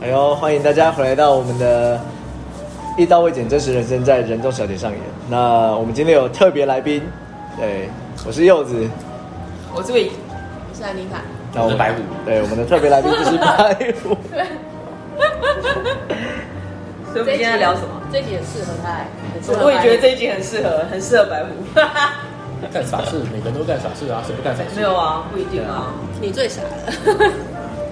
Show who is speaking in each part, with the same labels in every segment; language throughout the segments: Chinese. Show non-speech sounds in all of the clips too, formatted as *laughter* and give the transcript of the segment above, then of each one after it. Speaker 1: 然后哎欢迎大家回来到我们的“一刀未剪真实人生”在人中小姐上演。那我们今天有特别来宾，对，我是柚子，
Speaker 2: 我是魏颖，我是安妮塔。
Speaker 1: 那我们
Speaker 3: 我是白虎
Speaker 1: 对，我们的特别来宾就是白
Speaker 4: *laughs*
Speaker 1: 虎。
Speaker 4: 所以我们今天要聊什么？
Speaker 2: 这一集很适合他，很适合
Speaker 4: 我也觉得这一集很适合，很适合 *laughs* 白虎。
Speaker 3: 干傻事，每个人都干傻事啊，谁不干傻事？
Speaker 4: 没有啊，不一定啊。
Speaker 2: 你最 *laughs* 傻了。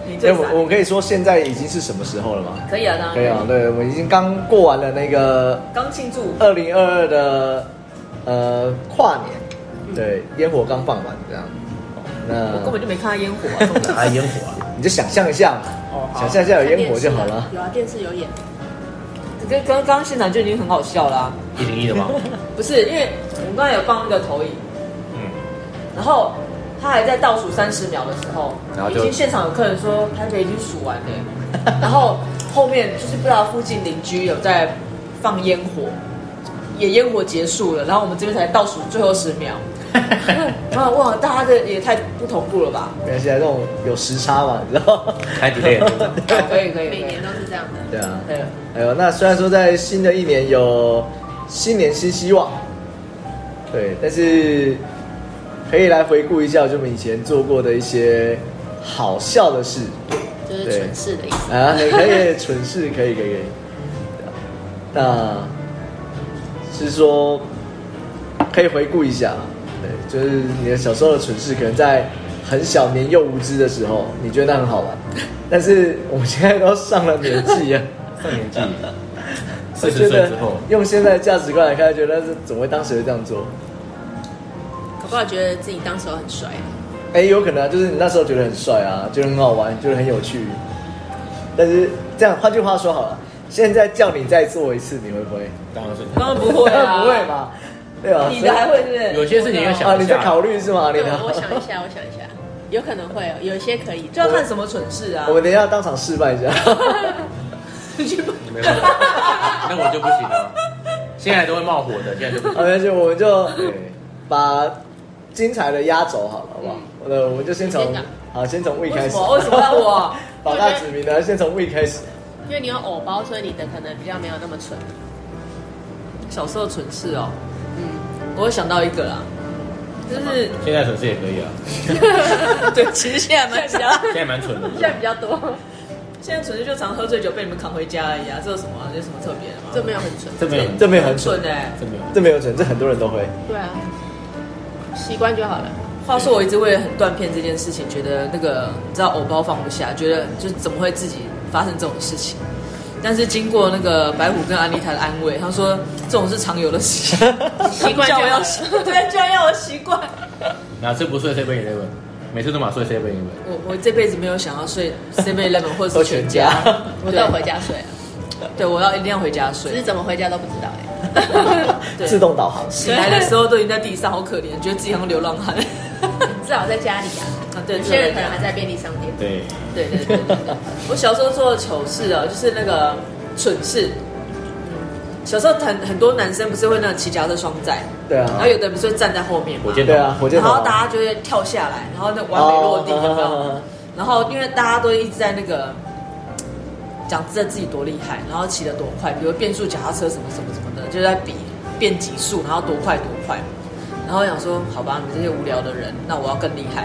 Speaker 4: 你
Speaker 1: 哎，
Speaker 4: 最傻
Speaker 1: 我我们可以说现在已经是什么时候了吗？
Speaker 4: 可以啊，当然
Speaker 1: 可以啊，对，我们已经刚过完了那个
Speaker 4: 刚庆祝，
Speaker 1: 二零二二的呃跨年，对，烟火刚放完这样。那
Speaker 4: 我根本就没看到烟火啊。 *laughs* 重点
Speaker 3: 拿烟火啊？
Speaker 1: 你就想象一下嘛，
Speaker 3: 哦好
Speaker 1: 想象一下有烟火就好了。
Speaker 2: *laughs* 有啊，电视有演，
Speaker 4: 跟刚刚现场就已经很好笑啊啦、
Speaker 3: 一零一的吗？
Speaker 4: 不是，因为我们刚才有放那个投影，
Speaker 3: 嗯，
Speaker 4: 然后他还在倒数三十秒的时候，
Speaker 3: 然后
Speaker 4: 已
Speaker 3: 就
Speaker 4: 经现场有客人说台北已经数完了，然后后面就是不知道附近邻居有在放烟火，也烟火结束了，然后我们这边才倒数最后十秒，然后哇，大家的也太不同步了吧？
Speaker 1: 原来现在这种有时差嘛，你知道吗？
Speaker 3: 还 delay
Speaker 1: *laughs*
Speaker 3: 很正常
Speaker 4: 可以可以，可
Speaker 2: 每
Speaker 4: 以
Speaker 2: 年都是这样的。
Speaker 1: 对啊，
Speaker 4: 可以了。
Speaker 1: 还有那虽然说在新的一年有新年新希望，对，但是可以来回顾一下就我们以前做过的一些好笑的事
Speaker 2: 就是蠢事的意
Speaker 1: *laughs*
Speaker 2: 思。
Speaker 1: 啊，可以可以蠢事可以可以可以，对啊那是说可以回顾一下，对，就是你的小时候的蠢事，可能在很小年幼无知的时候，你觉得那很好玩，但是我们现在都上了年纪
Speaker 3: *laughs*
Speaker 1: 啊。
Speaker 3: 上年纪
Speaker 1: 我
Speaker 3: 四
Speaker 1: 觉
Speaker 3: 十岁
Speaker 1: 得
Speaker 3: 之后，
Speaker 1: 用现在的价值观来看，觉得是怎么会当时会这样做？
Speaker 2: 搞不好觉得自己当时候很帅，
Speaker 1: 哎、有可能啊，就是你那时候觉得很帅啊，觉得很好玩，觉得很有趣。但是这样，换句话说好了，现在叫你再做一次，你会不会？
Speaker 3: 当然是
Speaker 4: 当然不
Speaker 1: *laughs*
Speaker 4: 会啊，
Speaker 1: 不会？吧？对啊吧？
Speaker 4: 你的还会是不是？
Speaker 3: 有些事情要
Speaker 1: 所以
Speaker 3: 想
Speaker 1: 啊？
Speaker 3: 一
Speaker 1: 你在
Speaker 3: 下。
Speaker 1: 考虑是吗？你
Speaker 2: 对，
Speaker 1: 的
Speaker 2: 哦我想一下，我想一下，有可能会哦有一些可以，
Speaker 4: 就要看什么蠢事啊
Speaker 1: *laughs* 我。们等一下当场示范
Speaker 4: *laughs*
Speaker 1: 一下。
Speaker 3: 你没办法，那我就不行了。现在都会冒火的，现在就不
Speaker 1: 好，
Speaker 3: 行。
Speaker 1: 那就我们就把精彩的压轴好了，好不好？那
Speaker 4: 嗯
Speaker 1: 我们就先从
Speaker 2: 你先讲
Speaker 1: 好，先从 We 开始。
Speaker 4: 为什么为什么要
Speaker 1: *laughs*
Speaker 4: 我？
Speaker 1: 老大指名的，先从 We 开始。
Speaker 2: 因为你有偶包，所以你的可能比较没有那么蠢。
Speaker 4: 小时候蠢事哦，
Speaker 2: 嗯，
Speaker 4: 我有想到一个啦，就是 *laughs*
Speaker 3: 现在蠢事也可以啊，
Speaker 4: 对，其实现在蛮想。
Speaker 3: 现在蛮蠢的。
Speaker 2: 现在比较多，
Speaker 4: 现在纯粹就常喝醉酒被你们扛回家而已啊，这有什么、啊、有什么特别的吗？
Speaker 2: 这没有很蠢。
Speaker 3: 这没有很，
Speaker 1: 这没有很
Speaker 4: 很
Speaker 1: 蠢，
Speaker 4: 蠢哎、
Speaker 3: 这没有。
Speaker 1: 这没有很蠢，这很多人都会。
Speaker 2: 对啊，习惯就好了。
Speaker 4: 话说我一直为了很断片这件事情，觉得那个你知道偶包放不下，觉得就是怎么会自己发生这种事情。但是经过那个白虎跟安妮塔的安慰，他说这种是常有的事情，
Speaker 2: 习惯就
Speaker 4: 叫
Speaker 2: 好
Speaker 4: 我
Speaker 2: 了
Speaker 4: 要习， *laughs* 对，居然要我习惯。
Speaker 3: 哪次不睡 seven eleven？每次都马睡 seven eleven。
Speaker 4: 我我这辈子没有想要睡 Seven Eleven 或者
Speaker 1: 都
Speaker 4: 是
Speaker 1: 全
Speaker 4: 全
Speaker 1: 家
Speaker 4: 家，
Speaker 2: *laughs* 我都有回家睡啊，
Speaker 4: 对我要一定要回家
Speaker 2: 只
Speaker 4: 睡
Speaker 2: 是。怎么回家都不知道哎、 *laughs*
Speaker 4: 对
Speaker 1: 自动导航。
Speaker 4: 醒来的时候都已经在地上，好可怜，觉得自己像流浪
Speaker 2: *laughs*
Speaker 4: 汉。
Speaker 2: 至少在家里啊。
Speaker 4: 啊，对，
Speaker 2: 有些人可
Speaker 4: 这个
Speaker 2: 啊能还在便利商 *laughs* 店。
Speaker 3: 对，
Speaker 4: 对对对对
Speaker 2: *laughs*
Speaker 4: 对，我小时候做的糗事啊，就是那个蠢事。小时候很很多男生不是会那种骑脚踏车双载，
Speaker 1: 对啊，
Speaker 4: 然后有的人不是会站在后面嘛
Speaker 3: 火，箭筒
Speaker 1: 对啊，火箭
Speaker 4: 然
Speaker 1: 筒啊。
Speaker 4: 后哎大家就会跳下来，然后那完美落地，
Speaker 1: *laughs*
Speaker 4: 有没有？
Speaker 1: 哦
Speaker 4: 然后因为大家都一直在那个讲自自己多厉害，然后骑得多快，比如变速脚踏车什么什么什么的，就在比变极速，然后多快多快。然后我想说，好吧，你们这些无聊的人，那我要更厉害。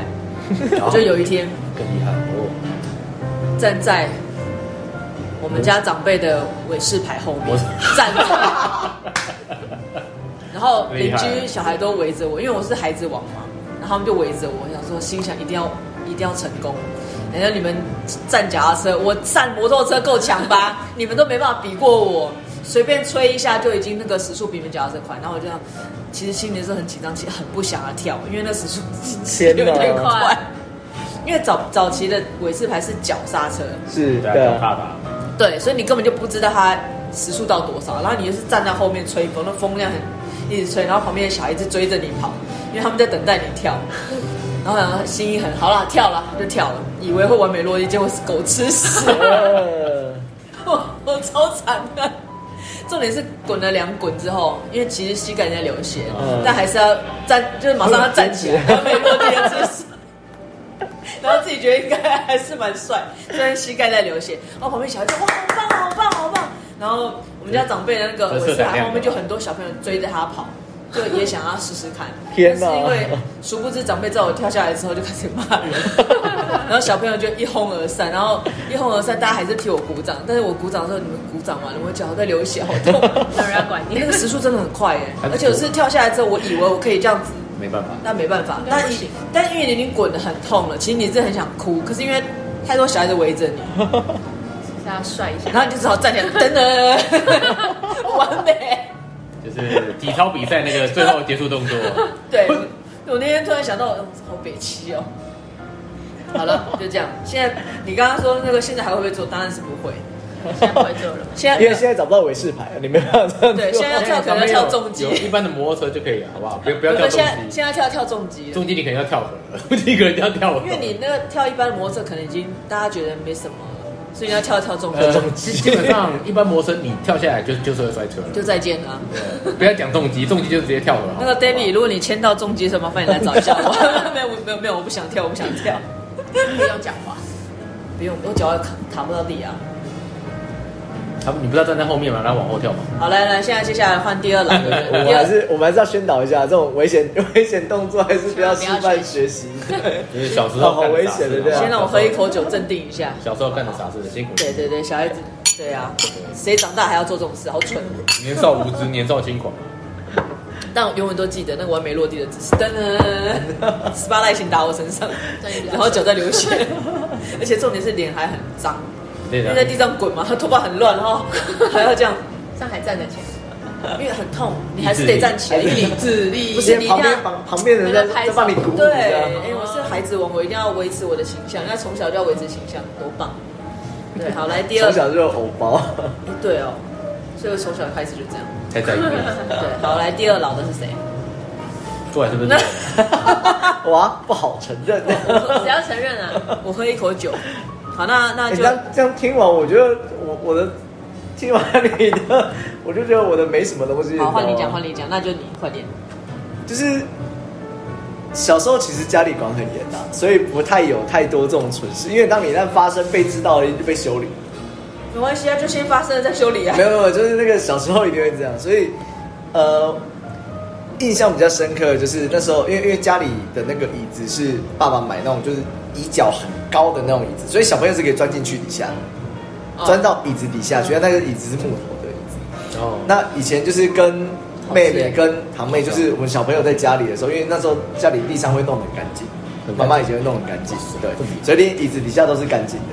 Speaker 1: 哦
Speaker 4: *laughs* 我就有一天，
Speaker 3: 更厉害 *laughs* 哦。
Speaker 4: 站在我们家长辈的尾饰牌后面
Speaker 3: 我
Speaker 4: 站着，然后
Speaker 3: 厉
Speaker 4: 邻
Speaker 3: 害
Speaker 4: 居小孩都围着我，因为我是孩子王嘛，然后他们就围着我，我想说心想一定要一定要成功。人家你们站脚踏车，我站摩托车够强吧？ *laughs* 你们都没办法比过我，随便吹一下就已经那个时速比你们脚踏车快。然后我就这样，其实心里是很紧张，其实很不想要跳，因为那时速
Speaker 1: 天哪
Speaker 4: *laughs* 有点快
Speaker 2: 快。
Speaker 4: 因为早早期的尾式牌是脚刹车，
Speaker 1: 是
Speaker 3: 对啊，
Speaker 1: 对
Speaker 3: 脚
Speaker 1: 啊，
Speaker 3: 踏吧。
Speaker 4: 对，所以你根本就不知道它时速到多少，然后你就是站在后面吹风，那风量很一直吹，然后旁边的小孩一直追着你跑，因为他们在等待你跳。然后然后心一狠，好啦，跳了就跳了，以为会完美落地，结果是狗
Speaker 1: *laughs*
Speaker 4: 吃屎， *laughs*
Speaker 1: 呃
Speaker 4: 我我 *laughs* 超惨的。重点是滚了两滚之后，因为其实膝盖在流血，
Speaker 1: 嗯
Speaker 4: *laughs* 但还是要站，就是马上要站起来，完美落地的姿势，然后自己己觉得应该还是蛮帅，虽然膝盖在流血。然后旁边小孩就哇，好棒，好棒，好棒！然后我们家长辈的那个
Speaker 3: 对
Speaker 4: 韦斯
Speaker 3: 色彩
Speaker 4: 海
Speaker 3: 亮
Speaker 4: 后面就很多小朋友追着他跑，就也想要试试看。
Speaker 1: 天哪
Speaker 4: 但是因为殊不知长辈在我跳下来之后就开始骂
Speaker 3: *laughs*
Speaker 4: 人，然后小朋友就一哄而散，然后一哄而散，大家还是替我鼓掌，但是我鼓掌的时候你们鼓掌完了，我脚在流血，好痛！
Speaker 3: *laughs*
Speaker 2: 没有人要管
Speaker 4: 你
Speaker 2: 你
Speaker 4: 那。个时速真的很快耶
Speaker 3: 还，不错
Speaker 4: 而且我是跳下来之后，我以为我可以这样子。
Speaker 3: 没办法，
Speaker 4: 但没办法，
Speaker 2: 应该
Speaker 4: 但
Speaker 2: 不
Speaker 4: 你
Speaker 2: 行
Speaker 4: 但因为你已经滚得很痛了，其实你真的很想哭，可是因为太多小孩子围着你，
Speaker 2: 大家帅一下。
Speaker 4: 然后你就只好站起来，等
Speaker 3: *laughs*
Speaker 4: 等，完美。
Speaker 3: 就是体操比赛那个最后结束动作，
Speaker 4: 对，我那天突然想到，嗯好北齐哦。好了，就这样。现在你刚刚说那个现在还会不会做？当然是不会。
Speaker 2: 现在不会做了。
Speaker 4: 现在
Speaker 1: *laughs* 因为现在找不到尾士牌，你没办法这样做。
Speaker 4: 对现在要跳可能要跳重击
Speaker 3: 有一般的摩托车就可以了，好不好？不要不
Speaker 4: 不
Speaker 3: 要
Speaker 4: 是
Speaker 3: 跳
Speaker 4: 现在
Speaker 3: 重机，
Speaker 4: 现在跳跳重击了，
Speaker 3: 重机你可能要跳河了，重机可能要跳河，
Speaker 4: 因为你那个跳一般的摩托车可能已经大家觉得没什么了，所以你要跳跳重击、
Speaker 3: 呃
Speaker 1: 重
Speaker 3: 基
Speaker 1: 机
Speaker 3: 基本上一般摩托车你跳下来就就是会摔
Speaker 4: *laughs*
Speaker 3: 车了
Speaker 4: 就再见了啊。
Speaker 3: 对，不要讲重击，重击就直接跳河了。
Speaker 4: 那个
Speaker 3: 好不好
Speaker 4: Debbie，如果你签到重机的时候，麻烦你来找一下我。 *laughs* 没有，没有，没有，我不想跳，我不想跳。
Speaker 2: 不用讲 *laughs* 话，
Speaker 4: 不用，我脚要卡卡不到地啊。
Speaker 3: 他你不知道站在后面嘛，然后往后跳嘛。
Speaker 4: 好，来来，现在接下来换第二 *laughs* 栏，对不
Speaker 1: *laughs* 我
Speaker 4: 对？
Speaker 1: 们
Speaker 4: 第
Speaker 1: 还
Speaker 4: 二，
Speaker 1: 是我们还是要宣导一下，这种危险 *laughs* 危险动作还是不要示范学习。
Speaker 3: 就是小时候
Speaker 1: 好
Speaker 3: 干的
Speaker 1: 危
Speaker 3: 傻
Speaker 1: 险
Speaker 3: 事
Speaker 1: 的对啊
Speaker 4: 先让我喝一口酒，镇定一下。
Speaker 3: 小时候干的傻事，辛苦了。
Speaker 4: 对对对，小孩子，对啊，谁长大还要做这种事，好蠢。
Speaker 3: 年少无知，年少轻狂。
Speaker 4: 但我永远都记得那个完美落地的姿势，噔噔， *laughs* 十八赖型打我身上
Speaker 2: 专业比，较
Speaker 4: 然后脚在流 *laughs* 血，而且重点是脸还很脏，
Speaker 3: 对
Speaker 4: 因
Speaker 3: 的
Speaker 4: 为。在地上滚嘛，他头发很乱，然后 *laughs* 还要这样，
Speaker 2: 这样还站得起来。
Speaker 4: 因为很痛， *laughs* 你还是得站起来，因为你
Speaker 3: 智力
Speaker 4: 不是你一定
Speaker 1: 旁
Speaker 4: 要
Speaker 1: 边旁旁边的人
Speaker 2: 那个
Speaker 1: 在
Speaker 2: 拍
Speaker 1: 在
Speaker 2: 手
Speaker 1: 帮你鼓舞，
Speaker 4: 对，
Speaker 1: 这样
Speaker 4: 哎、我是孩子王，我一定要维持我的形象，那从小就要维持形象，多棒！对，好，来第二
Speaker 1: 从，小就有偶包， *laughs*
Speaker 4: 哎对哦，所以我从小开始就这样。
Speaker 3: 才在意面
Speaker 4: 对，好，来第二老的是谁？
Speaker 3: 过来是不是对的？
Speaker 1: 哇，不好承认。
Speaker 4: 哦
Speaker 2: 只要承认啊，
Speaker 4: 我喝一口酒。好，那那
Speaker 1: *laughs* 你
Speaker 4: 就
Speaker 1: 这样这样听完，我觉得我我的听完你的， *laughs* 我就觉得我的没什么东西。
Speaker 4: 好，换你
Speaker 1: 知道
Speaker 4: 讲，
Speaker 1: 吗
Speaker 4: 换你讲，那就你快点。
Speaker 1: 就是小时候其实家里管很严的、所以不太有太多这种蠢事。因为当你一旦发生被知道了，一定就被修理。
Speaker 4: 没关系啊，就先发生了再修理
Speaker 1: *laughs*
Speaker 4: 啊
Speaker 1: 没。有没有，就是那个小时候一定会这样，所以呃，印象比较深刻的就是那时候，因为因为家里的那个椅子是爸爸买那种就是椅脚很高的那种椅子，所以小朋友是可以钻进去底下，钻到椅子底下去。但那个椅子是木头的椅子，
Speaker 3: 哦，
Speaker 1: 那以前就是跟妹妹跟堂妹，就是我们小朋友在家里的时候，因为那时候家里地上会弄得很干净
Speaker 3: 很干，净
Speaker 1: 妈妈以前会弄得很干净，对，所以连椅子底下都是干净的。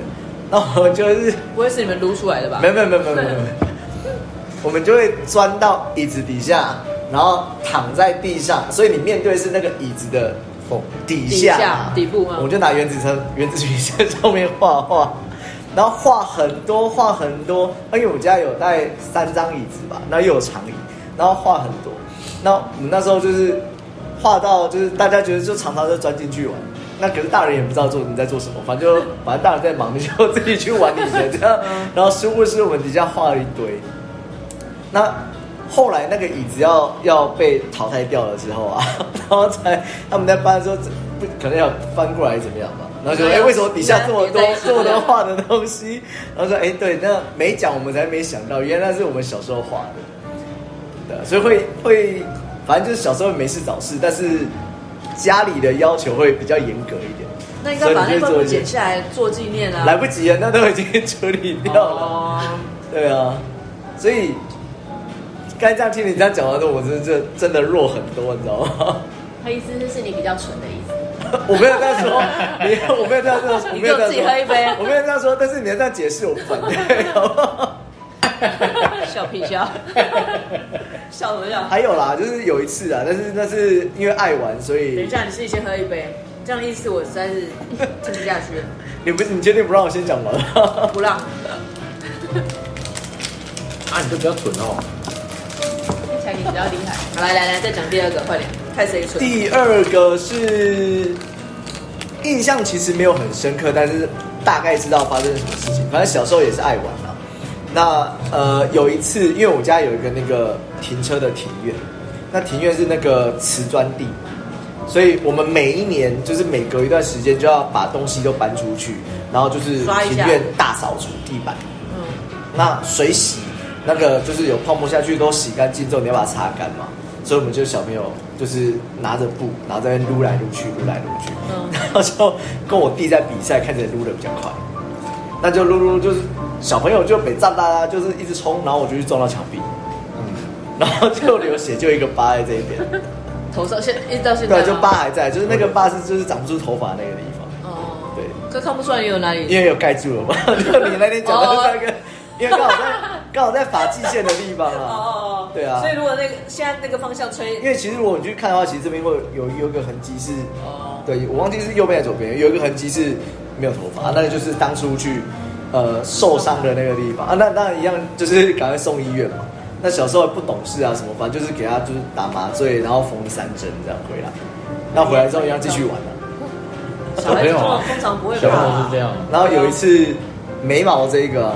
Speaker 1: 那我们就是
Speaker 4: 不会是你们撸出来的吧？
Speaker 1: 没有没有没有没有没有，没有我们就会钻到椅子底下，然后躺在地上，所以你面对是那个椅子的
Speaker 3: 缝
Speaker 1: 底下
Speaker 4: 底下底部吗
Speaker 1: 我就拿原子层原子笔在上面画画，然后画很多画很多，因为我家有大概三张椅子吧，然后又有长椅，然后画很多。那我们那时候就是画到就是大家觉得就常常就钻进去玩。那可是大人也不知道做你在做什么，反正就反正大人在忙，你就自己去玩你的这样。然后殊不知我们底下画了一堆，那后来那个椅子要要被淘汰掉了之后啊， *laughs* 然后才他们在搬的时候，这不可能要翻过来怎么样吧？然后就哎、
Speaker 4: 哎呀
Speaker 1: 为什么底下这么多
Speaker 4: 原来
Speaker 1: 这么多画的东西？然后说哎、对，那没讲我们才没想到，原来是我们小时候画的，对，啊所以会会反正就是小时候没事找事，但是家里的要求会比较严格一点。
Speaker 4: 那应该把那
Speaker 1: 所以你就会
Speaker 4: 块
Speaker 1: 做
Speaker 4: 布
Speaker 1: 一些
Speaker 4: 剪下来做纪念啊。
Speaker 1: 来不及了，那都已经处理掉了。
Speaker 4: 哦 *laughs*
Speaker 1: 对啊，所以刚才这样听你这样讲完之后，我真的真的弱很多，你知道吗？ *laughs*
Speaker 2: 他意思是你比较蠢的意思。
Speaker 1: 我没有这样说，
Speaker 4: *laughs*
Speaker 1: 没有，我没有这样说，我没有这样
Speaker 4: 你给我自己喝一杯
Speaker 1: 说，我没有这样说，但是你要这样解释，我反对，好不好？
Speaker 4: 笑屁笑， *laughs* 笑什么笑？
Speaker 1: *laughs* 还有啦，就是有一次啊，但是那是因为爱玩，所
Speaker 4: 等一
Speaker 1: 以
Speaker 4: 下，你自己先喝一杯，这样的意思我实在是听不下去了，
Speaker 1: 你不是你确定不让我先讲完吗？
Speaker 4: 不让。
Speaker 3: 啊，你就比较蠢哦。
Speaker 2: 听起来你比较厉害。
Speaker 4: 好，来来来，再讲第二个，快点，看谁蠢。
Speaker 1: 第二个是印象其实没有很深刻，但是大概知道发生了什么事情。反正小时候也是爱玩嘛。那呃有一次，因为我家有一个那个停车的庭院，那庭院是那个瓷砖地，所以我们每一年就是每隔一段时间就要把东西都搬出去，然后就是
Speaker 4: 刷一
Speaker 1: 庭
Speaker 4: 下
Speaker 1: 院大扫除地板，
Speaker 4: 嗯，
Speaker 1: 那水洗那个就是有泡沫下去都洗干净之后，你要把它擦干嘛。所以我们就小朋友就是拿着布，然后在那边撸来撸去，撸来撸去，
Speaker 4: 嗯
Speaker 1: 然后就跟我弟在比赛，看谁撸的比较快。那就撸撸撸，就是小朋友就被炸啦啦，就是一直冲，然后我就去撞到墙壁，然后就流血，就一个疤在这一边，
Speaker 4: 头上现一直到现在
Speaker 1: 对，
Speaker 4: 吗
Speaker 1: 就疤还在，就是那个疤是就是长不出头发那个地方，
Speaker 4: 哦，
Speaker 1: 对。
Speaker 4: 可看不出来你有哪里
Speaker 1: 因为有盖住了嘛， *laughs* 就你那天讲的那个，因为刚好在刚好在发际线的地方啊。
Speaker 4: 哦 *laughs* 哦哦，
Speaker 1: 对啊
Speaker 4: 所以如果那个现在那个方向吹
Speaker 1: 因，为其实如果你去看的话，其实这边会有有一个痕迹是，
Speaker 4: 哦，
Speaker 1: 对我忘记是右边还是左边，有一个痕迹是没有头发，那个就是当初去呃受伤的那个地方啊。那那一样就是赶快送医院嘛。那小时候不懂事啊什么，反正就是给他就是打麻醉，然后缝三针这样回来。那回来之后一样继续玩啊。
Speaker 4: 小孩子
Speaker 3: 小朋友啊
Speaker 4: 通常不会
Speaker 3: 小朋
Speaker 4: 怕
Speaker 3: 友是这样，
Speaker 1: 然后有一次眉毛这一个啊、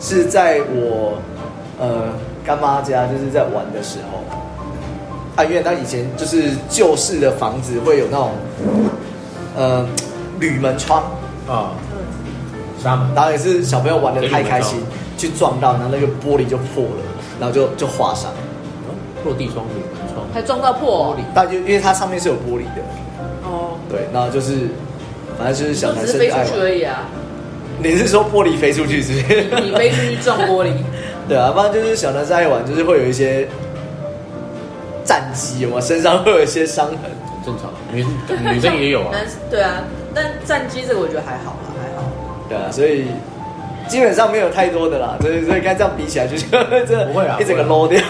Speaker 1: 是在我呃干妈家，就是在玩的时候啊，因为他以前就是旧式的房子会有那种呃铝门窗，
Speaker 3: 啊，沙门哦
Speaker 1: 然后也是小朋友玩的太开心
Speaker 3: 铝门，
Speaker 1: 去撞到，然后那个玻璃就破了，然后就就划伤。
Speaker 3: 落地窗户门窗，
Speaker 4: 还撞到破
Speaker 3: 玻璃
Speaker 1: 但就因为它上面是有玻璃的，
Speaker 4: 哦，
Speaker 1: 对，然后就是反正就是小
Speaker 4: 就
Speaker 1: 男
Speaker 4: 只是
Speaker 1: 生
Speaker 4: 飞
Speaker 1: 就
Speaker 4: 出
Speaker 1: 爱
Speaker 4: 去
Speaker 1: 玩。
Speaker 4: 而已啊，
Speaker 1: 你是说玻璃飞出去是不是？
Speaker 4: 你飞出去撞玻璃，
Speaker 1: 对啊，不然就是小男生爱玩，就是会有一些战机，有吗？身上会有一些伤痕。
Speaker 3: 很正常，女女生也有
Speaker 4: *laughs*
Speaker 3: 啊，
Speaker 4: 男对啊，但战机这个我觉得还好啦，还好。
Speaker 1: 对啊，所以基本上没有太多的啦。所以所以看这样比起来，就是这
Speaker 3: 不会啊
Speaker 1: 一整个
Speaker 3: 不
Speaker 1: low 掉。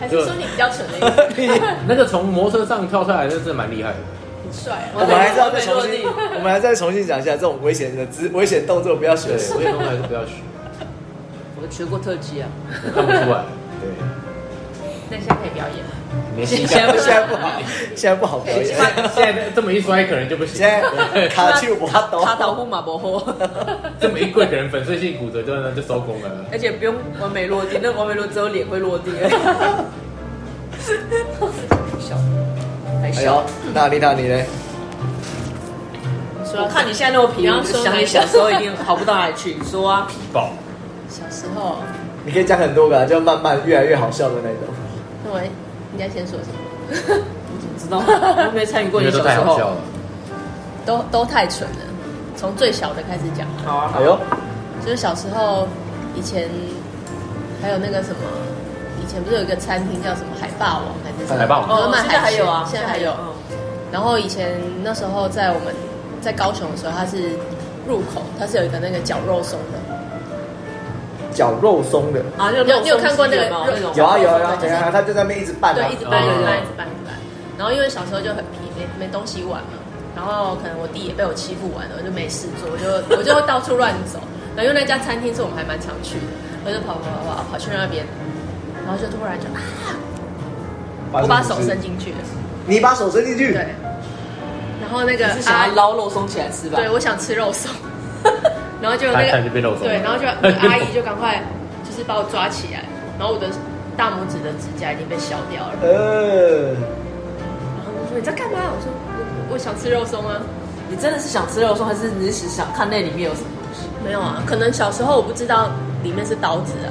Speaker 2: 还是说你比较蠢的意思，
Speaker 1: 你
Speaker 3: 那个从摩托车上跳下来，那真的蛮厉害的。
Speaker 2: 很帅啊。
Speaker 1: *laughs* 我们还是要再
Speaker 4: 我
Speaker 1: 重
Speaker 4: 没落
Speaker 1: 新
Speaker 4: 地，
Speaker 1: 我们还是再重新讲一下这种危险的姿、危险动作不要学
Speaker 3: 对，。我也 *laughs* 东还是不要学，
Speaker 4: 我学过特技啊，
Speaker 3: 看不出来。
Speaker 1: 对，
Speaker 2: 那现在可以表演，
Speaker 3: 没
Speaker 4: 现
Speaker 1: 现
Speaker 4: 在
Speaker 1: 在
Speaker 4: 不
Speaker 1: 现在不好，现在不好表
Speaker 3: 哎
Speaker 1: 演。
Speaker 3: 现在这么一摔，可能就不行。
Speaker 1: 现在卡丘不好
Speaker 4: 卡倒
Speaker 1: 抖，
Speaker 4: 呼马伯后，
Speaker 3: *laughs*
Speaker 4: *laughs*
Speaker 3: 这么一跪，可能粉碎性骨折就那就收工了。
Speaker 4: 而且不用完美落地，那完美落地只有脸会落地而已。笑， *laughs* 还
Speaker 1: 哎呦
Speaker 4: 笑。，
Speaker 1: 那丽娜你呢？
Speaker 2: 说
Speaker 4: 我
Speaker 2: 到
Speaker 4: 看你现在那么皮，
Speaker 2: 然
Speaker 4: 我
Speaker 2: 后
Speaker 4: 就
Speaker 2: 说
Speaker 4: 想你小时候一定好不到哪里去。你说啊，
Speaker 3: 爆，
Speaker 2: 小时候，
Speaker 1: 你可以讲很多个啊，就慢慢越来越好笑的那种。
Speaker 2: 那我你要先说什么？ *laughs*
Speaker 4: 你知道吗？我没参与过
Speaker 3: 因
Speaker 4: 你
Speaker 3: 为
Speaker 4: 小
Speaker 3: 都
Speaker 4: 时
Speaker 3: 太好笑
Speaker 4: 候
Speaker 3: 了。。
Speaker 2: 都都太蠢了，从最小的开始讲。
Speaker 4: 好啊，
Speaker 1: 哎呦，
Speaker 2: 就是小时候以前还有那个什么，以前不是有一个餐厅叫什么海霸王还是什么？
Speaker 3: 海霸王
Speaker 2: 然后
Speaker 4: 哦
Speaker 2: 卖，
Speaker 4: 现在还
Speaker 2: 海鲜
Speaker 4: 有啊，
Speaker 2: 现在还有。
Speaker 4: 嗯
Speaker 2: 然后以前那时候在我们在高雄的时候，它是入口，它是有一个那个绞肉松的，
Speaker 1: 绞肉松的。
Speaker 4: 啊，就
Speaker 2: 你有你有看过那个
Speaker 4: 吗？
Speaker 2: 肉
Speaker 4: 那种
Speaker 1: 有啊有啊有啊，等一下他就在那边一直拌、啊，
Speaker 2: 对，一直搬，一
Speaker 3: 哦
Speaker 2: 直搬，一直搬，一直搬。然后因为小时候就很皮，没没东西玩嘛，然后可能我弟也被我欺负完了，我就没事做，我就 *laughs* 我就到处乱走。然后因为那家餐厅是我们还蛮常去的，我就跑跑跑跑跑去那边，然后就突然就啊，我把手伸，进去了，
Speaker 1: 你把手伸进去，
Speaker 2: 对，然后那个
Speaker 4: 你是想
Speaker 2: 阿
Speaker 4: 要
Speaker 2: 姨，
Speaker 4: 捞肉松起来吃吧？
Speaker 2: 啊对我想吃肉松， *laughs* 然后就那
Speaker 3: 他他就被
Speaker 2: 个
Speaker 3: 肉松了
Speaker 2: 对，然 *laughs* 后就那个阿姨就赶快就是把我抓起来，然后我的大拇指的指甲已经被削掉了，
Speaker 1: 呃，
Speaker 2: 然后我说你在干嘛？我说我我想吃肉松啊，
Speaker 4: 你真的是想吃肉松，还是你只是想看那里面有什么东西？
Speaker 2: 没有啊，可能小时候我不知道里面是刀子啊，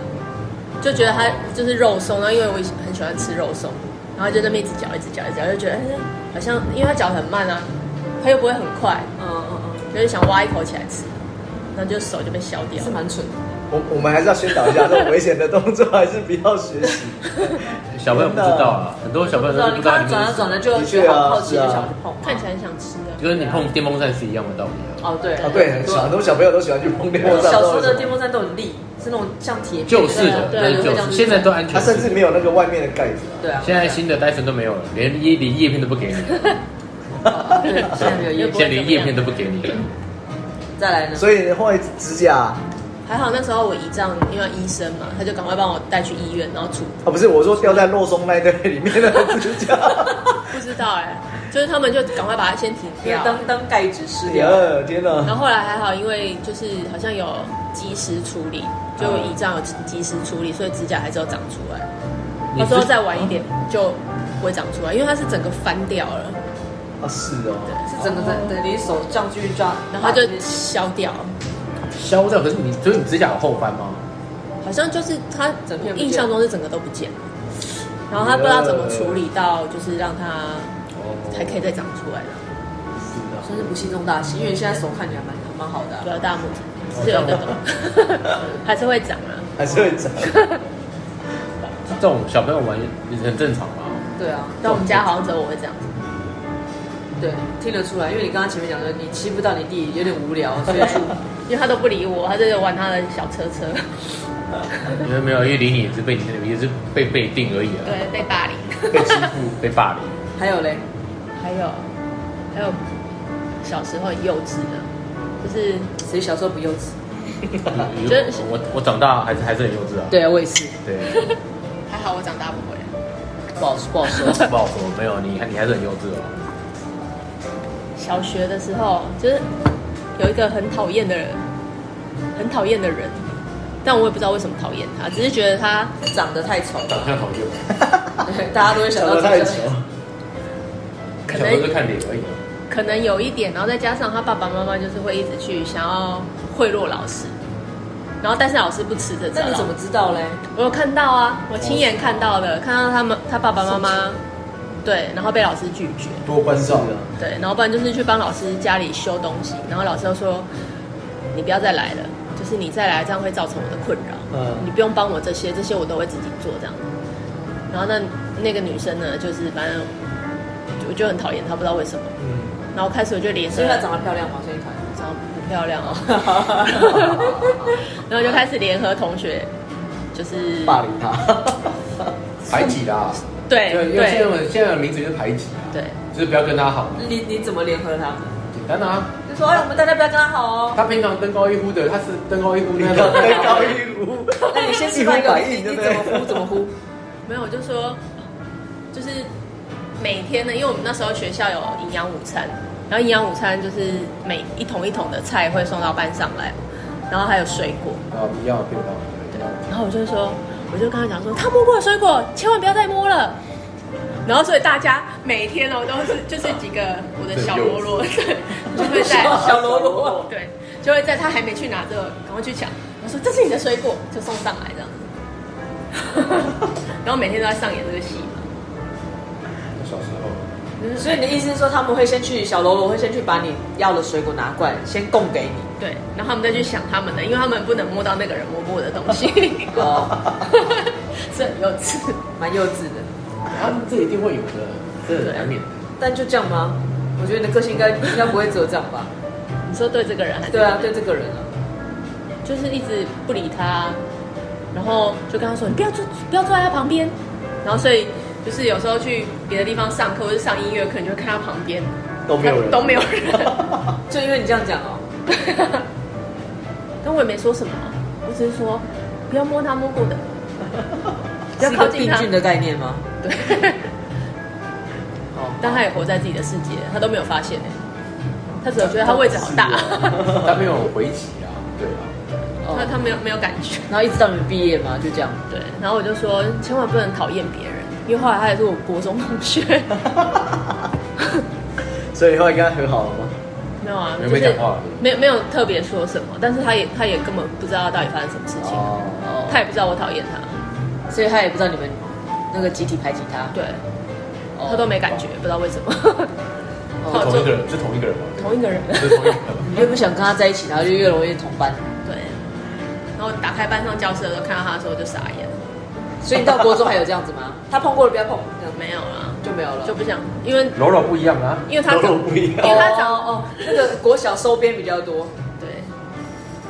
Speaker 2: 就觉得它就是肉松，然后因为我以前很喜欢吃肉松，然后就在那边一直嚼一直嚼一直嚼，就觉得哎好像因为它嚼很慢啊，它又不会很快，
Speaker 4: 嗯嗯嗯，
Speaker 2: 就是想挖一口起来吃，然后就手就被削掉
Speaker 4: 也是
Speaker 2: 了。
Speaker 4: 蛮蠢的。
Speaker 1: 我我们还是要宣导一下，这种危险的动作还是不要学习。
Speaker 3: 小朋友不知道啊，很多小朋友
Speaker 4: 不知
Speaker 3: 都
Speaker 4: 道
Speaker 3: 不
Speaker 4: 你
Speaker 3: 知道
Speaker 4: 看
Speaker 3: 你
Speaker 4: 他转
Speaker 3: 们
Speaker 4: 啊转啊，就
Speaker 1: 的确
Speaker 4: 觉
Speaker 1: 啊
Speaker 4: 得好好奇，
Speaker 1: 是
Speaker 4: 就
Speaker 1: 啊
Speaker 4: 想去碰。
Speaker 2: 看起来很想吃啊，
Speaker 3: 就跟你碰电风扇是一样的道理啊。
Speaker 4: 哦，对
Speaker 1: 啊，对，很小，很多小朋友都喜欢去碰电风扇，
Speaker 4: 小时候的电风扇都很利，是那种像铁片
Speaker 3: 就是的，
Speaker 4: 对
Speaker 3: 那
Speaker 4: 啊，
Speaker 3: 是
Speaker 4: 有会
Speaker 3: 就
Speaker 4: 这
Speaker 3: 是
Speaker 4: 样子
Speaker 3: 现在都安全
Speaker 1: 它
Speaker 3: 式，
Speaker 1: 啊甚至没有那个外面的盖子、啊。
Speaker 4: 对啊，
Speaker 3: 现在新的 Dyson 都没有了，连叶连叶片都不给你，
Speaker 4: 哦对 *laughs* 现在没有
Speaker 2: 又
Speaker 4: 叶
Speaker 3: 现 *laughs*
Speaker 4: 片。
Speaker 2: 不
Speaker 3: 在连叶片都不给你了。
Speaker 4: 再来呢？
Speaker 1: 所以后来指甲啊，
Speaker 2: 还好那时候我姨丈因为医生嘛，他就赶快帮我带去医院，然后处
Speaker 1: 不是我说掉在肉松那一堆里面的指甲，
Speaker 2: 不知道哎、就是他们就赶快把它先停
Speaker 4: 要啊
Speaker 2: 掉。啊
Speaker 4: 当当盖子吃掉。
Speaker 1: 呀，天哪！
Speaker 2: 然后后来还好，因为就是好像有及时处理，就我姨丈有及时处理，所以指甲还是有长出来。
Speaker 3: 你
Speaker 2: 他
Speaker 3: 是
Speaker 2: 说再晚一点就不会长出来，因为它是整个翻掉了，
Speaker 1: 啊，是哦，
Speaker 4: 是整个在对你手这样继续抓，
Speaker 2: 然后就消掉，
Speaker 3: 消掉。可是你，所以你指甲有后翻吗？
Speaker 2: 好像就是他
Speaker 4: 整片不见
Speaker 2: 印象中是整个都不见了，然后他不知道怎么处理到，就是让它
Speaker 3: 哦
Speaker 2: 还可以再长出来的，
Speaker 1: 是哦的，
Speaker 4: 算是不幸中大幸，因为你现在手看起来蛮蛮好的啊、
Speaker 2: 不要大拇指，是有那种， *laughs* 还是会长啊。
Speaker 1: 还是会长。
Speaker 3: 这种小朋友玩也很正常嘛。
Speaker 4: 对啊，
Speaker 2: 但我们家好像只有我会这样子，
Speaker 4: 对，听得出来，因为你刚刚前面讲的，你欺负到你弟有点无聊，所以就
Speaker 2: 因为他都不理我，他就是玩他的小车车，
Speaker 3: 因为没有，因为离你也是被你也是被被定而已啊，
Speaker 2: 对，被霸凌。
Speaker 3: 被欺负、被霸
Speaker 2: *laughs*
Speaker 3: 凌。
Speaker 4: 还有嘞，
Speaker 2: 还有还有小时候很幼稚的，就是
Speaker 4: 谁小时候不幼稚？
Speaker 3: 你
Speaker 2: 真是
Speaker 3: 我我长大还是还是很幼稚啊。
Speaker 4: 对啊，我也是，
Speaker 3: 对，
Speaker 2: 还好我长大不会。啊
Speaker 4: 不好不好说。
Speaker 3: 不好说，没有你还你还是很幼稚哦。
Speaker 2: 小学的时候，就是有一个很讨厌的人，很讨厌的人，但我也不知道为什么讨厌他，只是觉得他
Speaker 4: 长得太丑，
Speaker 3: 长相讨啊厌，
Speaker 4: 对 *laughs* 大家都会想
Speaker 1: 长得
Speaker 4: 到这
Speaker 1: 太
Speaker 4: 个
Speaker 1: 丑，
Speaker 2: 可
Speaker 3: 小时候就
Speaker 2: 能
Speaker 3: 看脸而已啊。
Speaker 2: 可能有一点，然后再加上他爸爸妈妈就是会一直去想要贿赂老师，然后但是老师不吃这招
Speaker 4: 那。你怎么知哦道嘞？
Speaker 2: 我有看到啊，我亲眼看到的，看到他们他爸爸妈妈对，然后被老师拒绝。
Speaker 1: 多关照啊，
Speaker 2: 对，然后不然就是去帮老师家里修东西，然后老师又说你不要再来了，就是你再来这样会造成我的困扰，
Speaker 1: 嗯
Speaker 2: 你不用帮我这些，这些我都会自己做这样。然后那那个女生呢，就是反正我就很讨厌她，不知道为什么。
Speaker 1: 嗯，
Speaker 2: 然后开始我就脸
Speaker 4: 是
Speaker 2: 色
Speaker 4: 因为她长得漂亮吗？所以团
Speaker 2: 长得不漂亮哦， *laughs* 然后就开始联合同学，就是
Speaker 1: 霸凌他，
Speaker 3: 排挤啦，
Speaker 2: 对
Speaker 3: 对，因为现
Speaker 2: 对
Speaker 3: 在我现在的名字就是排挤啊，
Speaker 2: 对，
Speaker 3: 就是不要跟他好，
Speaker 4: 你你怎么联合他们？
Speaker 3: 简单啊。
Speaker 4: 就说哎，我们大家不要跟他好
Speaker 1: *laughs*
Speaker 4: 哦。
Speaker 3: 他平常登高一呼的，他是登高一呼那
Speaker 1: 登
Speaker 3: *laughs* 种，
Speaker 1: 高一呼，
Speaker 4: 那你先示范一
Speaker 1: 一呼
Speaker 4: 个，
Speaker 1: 百
Speaker 4: 你
Speaker 1: 应
Speaker 4: 你
Speaker 1: 对不 *laughs* 对
Speaker 4: 怎么呼怎么呼？
Speaker 2: 没有我就说就是每天呢，因为我们那时候学校有营养午餐，然后营养午餐就是每一桶一桶的菜会送到班上来，然后还有水果，
Speaker 3: 啊，不要便当，
Speaker 2: 然后我就说，我就跟他讲说，他摸过的水果千万不要再摸了。然后所以大家每天哦都是就是几个我的小喽啰，对， *laughs* 就会在
Speaker 4: 小喽啰
Speaker 2: *laughs* 对，就会在他还没去拿之后，赶快去抢。我说这是你的水果，就送上来这样子。 *laughs* 然后每天都在上演这个戏嘛。
Speaker 3: 小时候
Speaker 4: 所以你的意思是说，他们会先去小喽啰会先去把你要的水果拿过来，先供给你。
Speaker 2: 对，然后他们再去想他们的，因为他们不能摸到那个人摸过的东西， *laughs*
Speaker 1: *laughs*
Speaker 4: 哦，
Speaker 2: 是很幼稚。
Speaker 4: 蛮幼稚的，
Speaker 3: 他们这一定会有的，这很难免
Speaker 2: *laughs*
Speaker 3: 的。
Speaker 4: 但就这样吗？我觉得你的个性应该应该不会只有这样吧？
Speaker 2: 你说对这个人还是
Speaker 4: 对啊，对这个人啊，
Speaker 2: 就是一直不理他，然后就跟他说你不要坐不要坐在他旁边，然后所以就是有时候去别的地方上课或者上音乐课，你就会看他旁边
Speaker 1: 都没有人，
Speaker 2: 都没有人，
Speaker 1: *laughs*
Speaker 2: *laughs*
Speaker 4: 就因为你这样讲哦，
Speaker 2: 但我也没说什么，啊我只是说不要摸他摸过的，不要
Speaker 4: 是一
Speaker 2: 靠
Speaker 4: 个
Speaker 2: 近
Speaker 4: 病
Speaker 2: 他，
Speaker 4: 菌的概念吗？
Speaker 2: 对，
Speaker 4: 哦，
Speaker 2: 但他也活在自己的世界，他都没有发现哎、他只有觉得他位置好大，
Speaker 3: 他没有回击啊，对
Speaker 2: *laughs*
Speaker 3: 啊，
Speaker 2: 他他没有没有感觉。
Speaker 4: 哦然后一直到你们毕业嘛，就这样。
Speaker 2: 对，然后我就说千万不能讨厌别人，因为后来他也是我国中同学。
Speaker 3: *laughs*
Speaker 1: 啊所以后来跟他和好了吗？
Speaker 2: 没有啊，
Speaker 3: 没
Speaker 2: 就
Speaker 3: 有
Speaker 2: 是
Speaker 3: 被讲话
Speaker 2: 没有没有特别说什么，但是他也他也根本不知道到底发生什么事情，
Speaker 1: 哦，
Speaker 2: 他也不知道我讨厌他，
Speaker 4: 所以他也不知道你们那个集体排挤他，
Speaker 2: 对
Speaker 4: 哦
Speaker 2: 他都没感觉，不知道为什么。
Speaker 4: 哦
Speaker 3: 是同一个人，是 *laughs* 同一个人
Speaker 2: *laughs*
Speaker 3: 吗？
Speaker 2: 同一个人，
Speaker 3: 是同一个人。
Speaker 4: 你越不想跟他在一起，然后就越容 *laughs* 易同班。
Speaker 2: 对。然后打开班上教室的时候看到他的时候我就傻眼，
Speaker 4: 所以你到国中还有这样子吗？他碰过了不要碰，这样
Speaker 2: 没有啦，
Speaker 4: 就没有了。
Speaker 2: 就不想，因为
Speaker 3: 柔柔不一样啊，
Speaker 2: 因为他
Speaker 1: 都不一
Speaker 2: 因
Speaker 1: 样，
Speaker 2: 为他长
Speaker 4: 哦哦，那个国小收编比较多，
Speaker 2: 对，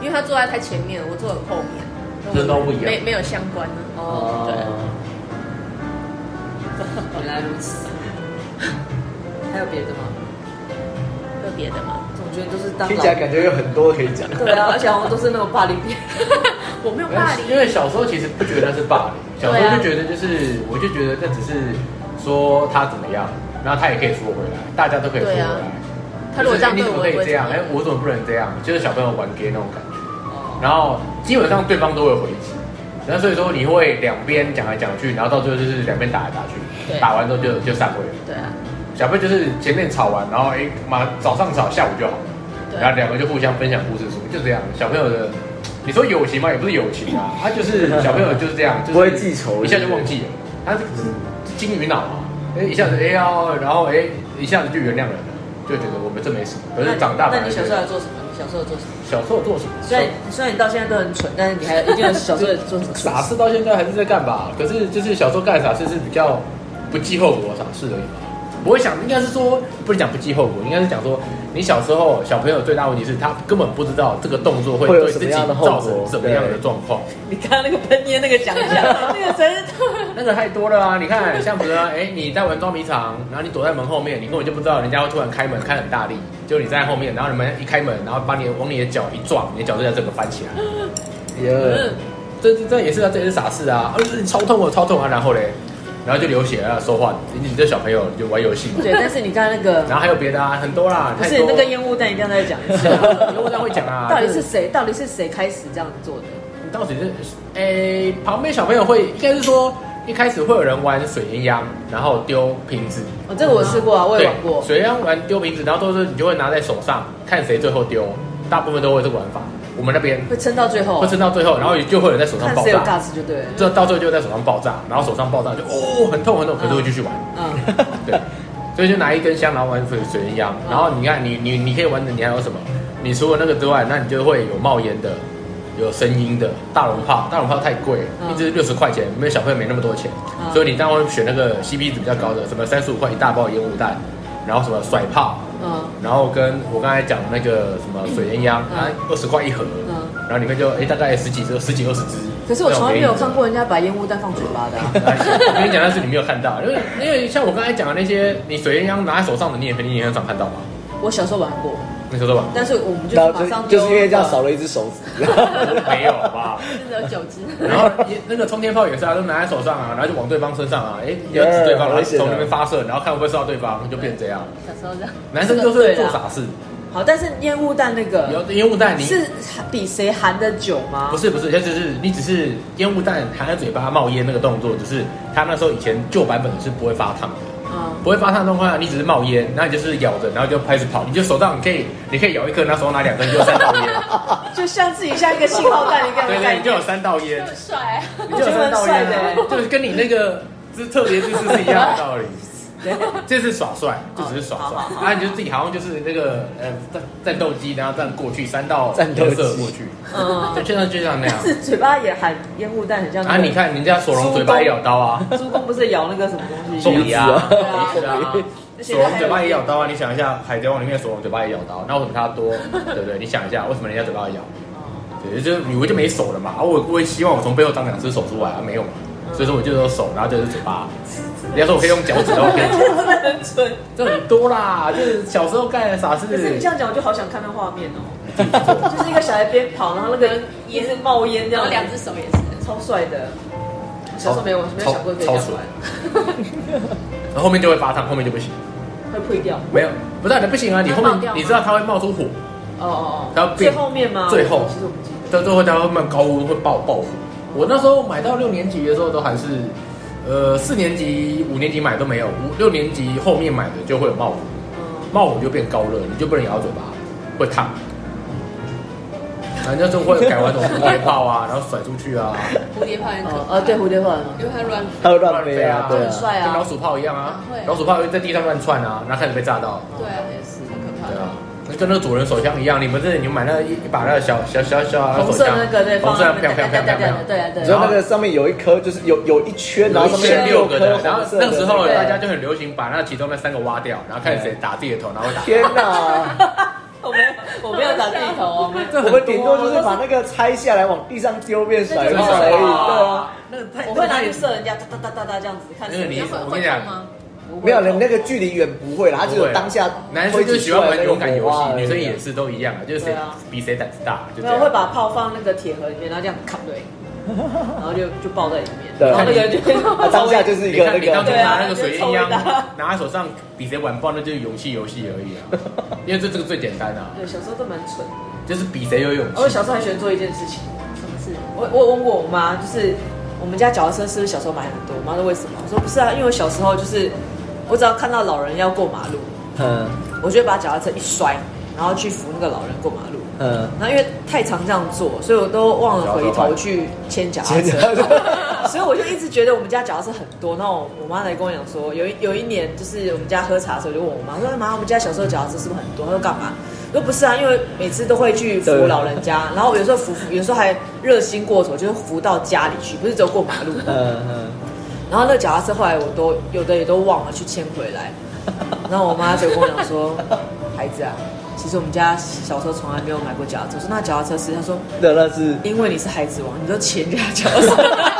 Speaker 2: 因为他坐在太前面，我坐很后面，
Speaker 3: 人都不一样
Speaker 2: 没没有相关啊。
Speaker 4: 哦，
Speaker 1: 对，
Speaker 4: 原来如此。还有别的吗？
Speaker 2: 个别的嘛，
Speaker 4: 总觉得都是当
Speaker 1: 听
Speaker 4: 老
Speaker 1: 起来感觉有很多可以讲，
Speaker 4: 对啊，而且好像都是那种霸凌别人。
Speaker 2: 我没有霸凌，啊
Speaker 3: 因为小时候其实不觉得那是霸凌，小时候就觉得就是，我就觉得那只是说他怎么样，然后他也可以说回来，大家都可以说回
Speaker 2: 对
Speaker 3: 来
Speaker 2: 啊。他如果这样对
Speaker 3: 就是哎你怎么
Speaker 2: 我，
Speaker 3: 可
Speaker 2: 也不
Speaker 3: 以
Speaker 2: 会
Speaker 3: 这样？
Speaker 2: 怎么
Speaker 3: 哎
Speaker 2: 样，
Speaker 3: 我怎么不能这样？就是小朋友玩 gay 那种感觉。
Speaker 4: 哦，
Speaker 3: 然后基本上对方都会回击，然后所以说你会两边讲来讲去，然后到最后就是两边打来打去，
Speaker 2: 对
Speaker 3: 打完之后就就散会了。
Speaker 2: 对啊，
Speaker 3: 小朋友就是前面吵完，然后哎，马早上吵，下午就好了。
Speaker 2: 对啊
Speaker 3: 然后两个就互相分享故事书，就这样。小朋友的，你说友情嘛，也不是友情啊，他就是小朋友就是这样，就是
Speaker 1: 不会记仇
Speaker 3: 一下就忘记了。他是金鱼脑嘛，哎，一下子哎呀，然后哎，一下子就原谅人了，就觉得我们这没什么。可
Speaker 4: 那
Speaker 3: 是
Speaker 4: 你
Speaker 3: 长大，
Speaker 4: 那
Speaker 3: 反而
Speaker 4: 你小
Speaker 3: 觉得
Speaker 4: 时候有做什么？你小时候有做什么？
Speaker 3: 小时候做什么？
Speaker 4: 虽然虽然你到现在都很蠢，但是你还一定有小时候有做什么蠢
Speaker 3: *laughs* 傻
Speaker 4: 事？
Speaker 3: 事到现在还是在干吧？可是就是小时候干傻事是比较不计后果的傻事而已嘛。不会想，应该是说不是讲不计后果，应该是讲说你小时候小朋友最大问题是他根本不知道这个动作会
Speaker 1: 会有
Speaker 3: 对
Speaker 1: 什
Speaker 3: 自
Speaker 1: 么
Speaker 3: 己
Speaker 1: 样的后
Speaker 3: 造
Speaker 1: 果
Speaker 3: 成怎么样的
Speaker 1: 对
Speaker 3: 状况。
Speaker 4: 你刚刚那个喷烟那个讲一下，那个真是
Speaker 3: 那个太多了啊！你看，像比如说，哎，你在玩捉迷藏，然后你躲在门后面，你根本就不知道人家会突然开门，开很大力，就你站在后面，然后你们一开门，然后把你往你的脚一撞，你的脚就在整个翻起来。
Speaker 1: 耶，
Speaker 3: 这这这也是啊，这也是傻事啊！啊，你超痛我超痛啊，然后嘞，然后就流血啊，说话，你你这小朋友你就玩游戏嘛。
Speaker 4: 对，但是你刚刚那个
Speaker 3: 然后还有别的啊，很多啦，
Speaker 4: 不
Speaker 3: 太
Speaker 4: 是
Speaker 3: 多。
Speaker 4: 那个烟雾弹，一定要再讲一
Speaker 3: *laughs*
Speaker 4: 次。
Speaker 3: 因为我这样会讲啊，
Speaker 4: *laughs* 到底
Speaker 3: 就是
Speaker 4: 谁？到底是谁开始这样做的？
Speaker 3: 到底是，诶、旁边小朋友会，应该是说一开始会有人玩水烟枪，然后丢瓶子，
Speaker 4: 哦，这个我试过啊，我也
Speaker 3: 对，
Speaker 4: 玩过。
Speaker 3: 水枪玩丢瓶子，然后都是你就会拿在手上，看谁最后丢，大部分都会这个玩法。我们那边
Speaker 4: 会撑到最后，
Speaker 3: 会撑到最后，然后就会有人在手上
Speaker 4: 哦看
Speaker 3: 爆
Speaker 4: 谁有
Speaker 3: 炸，
Speaker 4: guts 就对了。
Speaker 3: 这到最后就在手上爆炸，然后手上爆炸就哦很痛很痛，可是会继续玩， *laughs*
Speaker 4: 嗯，
Speaker 3: 对，所以就拿一根香，然后玩水水烟枪，然后你看你你你可以玩的你还有什么？你除了那个之外，那你就会有冒烟的，有声音的，大龙炮，大龙炮太贵，
Speaker 4: 嗯
Speaker 3: 一支六十块钱，没有小朋友没那么多钱，
Speaker 4: 嗯
Speaker 3: 所以你当然会选那个 CP 值比较高的，什么三十五块一大包烟雾弹，然后什么甩炮，
Speaker 4: 嗯，
Speaker 3: 然后跟我刚才讲的那个什么水烟枪，
Speaker 4: 嗯
Speaker 3: 啊，二十块一盒，
Speaker 4: 嗯
Speaker 3: 然后里面就哎大概十几只、十几二十只。
Speaker 4: 可是我从来没有看过人家把烟雾弹放嘴巴的啊、
Speaker 3: 那种给你。我跟你讲，但是你没有看到，因为因为像我刚才讲的那些，你水烟枪拿在手上的，你也肯定也很少看到嘛。
Speaker 4: 我小时候玩过，
Speaker 3: 那时候吧，
Speaker 4: 但是我们就
Speaker 1: 然
Speaker 4: 是
Speaker 1: 后
Speaker 4: 马上
Speaker 1: 就就是因为这样
Speaker 4: 丢
Speaker 1: 少了一只手指，
Speaker 3: 没有吧？
Speaker 2: *laughs* 真的有九只。
Speaker 3: 然后也那个冲天炮也是啊，都拿在手上啊，然后就往对方身 *laughs* 上啊，哎，你要指对方，然后从那边发射，然后看会不会射到对方，就变这样。
Speaker 2: 小时候这样，
Speaker 3: 男生就是啊做傻事，
Speaker 4: 好，但是烟雾弹那
Speaker 3: 有
Speaker 4: 个
Speaker 3: 烟雾弹你
Speaker 4: 是比谁含的久吗？
Speaker 3: 不，是不是，它只是你只是烟雾弹含在嘴巴冒烟那个动作，只是他那时候以前旧版本是不会发烫的，
Speaker 4: 嗯，
Speaker 3: 不会发烫的状况下，你只是冒烟，然后你就是咬着，然后就开始跑，你就手上可以你可以咬一颗，然后手上拿两根，你就有三道烟，
Speaker 4: *laughs* 就像自己像一个信号弹一样
Speaker 3: 对
Speaker 4: 的
Speaker 3: 对，
Speaker 4: 概
Speaker 3: 你就有
Speaker 4: 念。
Speaker 3: 三道烟
Speaker 2: 这，么帅、啊，
Speaker 3: 你就有三道
Speaker 4: 我觉得
Speaker 3: 烟
Speaker 4: 蛮帅，的欸
Speaker 3: 就是跟你那个就是特别姿势是一样的道理。
Speaker 4: 对，
Speaker 3: 这是耍帅，就只是耍
Speaker 4: 哦好好
Speaker 3: 帅，啊，你就自己好像就是那个呃战战斗机，然后这样过去三道
Speaker 1: 战斗机
Speaker 3: 颜色过去， *laughs*
Speaker 4: 嗯，
Speaker 3: 就像就像那样
Speaker 4: *laughs* 但。是嘴巴也含烟雾弹，很像
Speaker 3: 啊，
Speaker 4: 那个
Speaker 3: 你看人家索隆嘴巴也咬刀啊，
Speaker 4: 猪公 *laughs* 不是咬那个什么东西
Speaker 3: 凤
Speaker 4: 一样？
Speaker 3: 梨啊，
Speaker 4: 对啊
Speaker 3: 是啊，
Speaker 4: 而且它
Speaker 3: 索隆
Speaker 4: 还有
Speaker 3: 嘴巴也咬刀啊。你想一下，《海贼王》里面索隆嘴巴也咬刀，那为什么他多？对不对？你想一下，为什么人家嘴巴要咬？
Speaker 4: 嗯
Speaker 3: 对，就是我就没手了嘛，啊，我我也希望我从背后长两只手出来啊，没有嘛，
Speaker 4: 嗯
Speaker 3: 所以说我就有手，然后就是嘴巴。人家说我可以用脚趾头，我
Speaker 4: *laughs*
Speaker 3: 可以
Speaker 4: 真的很蠢。
Speaker 3: 这很多啦，就是小时候干的傻事。
Speaker 4: 可是你这样讲，我就好想看那画面哦，就是一个小孩边跑，然后那个烟是冒烟这
Speaker 2: 然
Speaker 4: 样
Speaker 2: 后
Speaker 4: 子，
Speaker 2: 两只手也是。
Speaker 4: 超帅的。小时候没有，没有想过可以这
Speaker 3: 超
Speaker 4: 样
Speaker 3: 超
Speaker 4: 玩，
Speaker 3: 然后后面就会发烫，后面就不行。
Speaker 4: *laughs* 会退掉。
Speaker 3: 没有，不是、啊、你不行啊！你后
Speaker 2: 它爆掉吗
Speaker 3: 面你知道它会冒出火，
Speaker 4: 哦哦
Speaker 3: 然
Speaker 4: 哦
Speaker 3: 后，
Speaker 4: 最
Speaker 3: 变
Speaker 4: 后面吗？
Speaker 3: 最后
Speaker 4: 其实我不记得。
Speaker 3: 到最后它会慢高温会爆爆火。我那时候买到六年级的时候都还是，呃，四年级、五年级买都没有，五六年级后面买的就会有冒火，
Speaker 4: 嗯，
Speaker 3: 冒火就变高热，你就不能咬嘴巴，会烫。反正就会改玩那种蝴蝶炮啊，然后甩出去啊，
Speaker 2: 蝴蝶炮很可
Speaker 4: 哦
Speaker 2: 怕，
Speaker 4: 呃，对，蝴蝶炮。
Speaker 2: 因为它乱
Speaker 1: 它会乱飞啊，对
Speaker 4: 很
Speaker 1: 啊，
Speaker 4: 帅
Speaker 3: 跟老
Speaker 4: 啊。
Speaker 3: 鼠炮一样啊
Speaker 2: 啊会，
Speaker 3: 老鼠炮会在地上乱窜啊，然后开始被炸到。
Speaker 2: 对啊，也是很可怕
Speaker 3: 对
Speaker 2: 的。
Speaker 3: 啊，那跟那个主人手枪一样，你不是你买那一一把那个小小小小
Speaker 4: 红色那个对，
Speaker 3: 红
Speaker 4: 放
Speaker 3: 色
Speaker 4: 在
Speaker 3: 那
Speaker 4: 那
Speaker 3: 飘
Speaker 4: 边
Speaker 3: 飘飘飘飘，
Speaker 4: 对啊对
Speaker 1: 你知
Speaker 4: 啊。
Speaker 1: 道那个上面有一颗，就是有有一圈，然后上面
Speaker 3: 面
Speaker 1: 有
Speaker 3: 六
Speaker 1: 颗
Speaker 3: 个的，然后
Speaker 1: 红色的
Speaker 3: *laughs* 那时候
Speaker 1: 对
Speaker 3: 大家就很流行把那其中那三个挖掉，然后看谁打自己的头，然后 *laughs* 打。
Speaker 1: 天哪，
Speaker 4: 我没有，我没有打地头哦。
Speaker 3: 这
Speaker 1: 我
Speaker 3: 很多
Speaker 1: 们
Speaker 3: 啊
Speaker 1: 顶多就是把那个拆下来往地上丢变甩
Speaker 3: 这
Speaker 1: 炮
Speaker 3: 很
Speaker 1: 而已，
Speaker 3: 少
Speaker 1: 对啊。，
Speaker 3: 那个太
Speaker 4: 我会拿去射人家，哒哒哒哒哒这样子，看
Speaker 3: 那
Speaker 4: 谁
Speaker 3: 个你
Speaker 4: 比较
Speaker 3: 我跟你讲
Speaker 2: 会痛吗？
Speaker 4: 不会
Speaker 1: 没有，你那个距离远不会啦，他只有当下
Speaker 3: 男生就喜欢玩勇敢游
Speaker 1: 挥起出来
Speaker 3: 戏，
Speaker 1: 那个火花而已啊
Speaker 3: 女生也是都一样啊，就是
Speaker 4: 对
Speaker 3: 谁
Speaker 4: 啊
Speaker 3: 比谁胆子大，就
Speaker 4: 没
Speaker 3: 这
Speaker 4: 有会
Speaker 3: 样。
Speaker 4: 把炮放那个铁盒里面，然后这样卡对，然后就就抱在里面，
Speaker 1: 对
Speaker 4: 然后那个人就
Speaker 1: 他当下就是一
Speaker 3: 你
Speaker 1: 个
Speaker 3: 看
Speaker 1: 那
Speaker 3: 你当初
Speaker 1: 个，
Speaker 4: 对啊
Speaker 3: 拿那个水烟
Speaker 4: 就抽一
Speaker 3: 枪 *laughs*
Speaker 4: 打
Speaker 3: 拿在手上比谁晚爆，那就是勇气游戏而已
Speaker 4: *laughs*
Speaker 3: 啊，因为这这个最简单啊，
Speaker 4: 对，小时候都蛮蠢的。哦
Speaker 3: 就是比谁有勇
Speaker 4: 我
Speaker 3: 气
Speaker 4: 小。时候很喜欢做一件事情，
Speaker 2: 什么事？
Speaker 4: 我我有问过我妈，就是我们家脚踏车是不是小时候买很多？我妈说为什么？我说不是啊，因为我小时候就是我只要看到老人要过马路，
Speaker 1: 嗯
Speaker 4: 我就会把脚踏车一摔，然后去扶那个老人过马路。
Speaker 1: 嗯，
Speaker 4: 然后因为太常这样做，所以我都忘了回头去牵脚踏
Speaker 1: 前
Speaker 4: 车。
Speaker 1: 两
Speaker 4: *laughs* 所以我就一直觉得我们家脚踏车很多。然后我妈来跟我讲说，有一有一年就是我们家喝茶的时候，我就问我妈说：“妈，我们家小时候脚踏车是不是很多？”她说：“干嘛？”我说：“不是啊，因为每次都会去扶
Speaker 1: 对
Speaker 4: 老人家，然后有时候扶扶，有时候还热心过头，就是扶到家里去，不是只有过马路。
Speaker 1: 嗯嗯，
Speaker 4: 然后那个脚踏车后来我都有的也都忘了去牵回
Speaker 2: *laughs*
Speaker 4: 来。然后我妈就跟我讲说：“孩子啊，其实我们家小时候从来没有买过脚踏车。”我说：“那脚踏车是？”她说：“
Speaker 1: 那那是
Speaker 4: 因为你是孩子王，你都骑人家脚 *laughs* 车，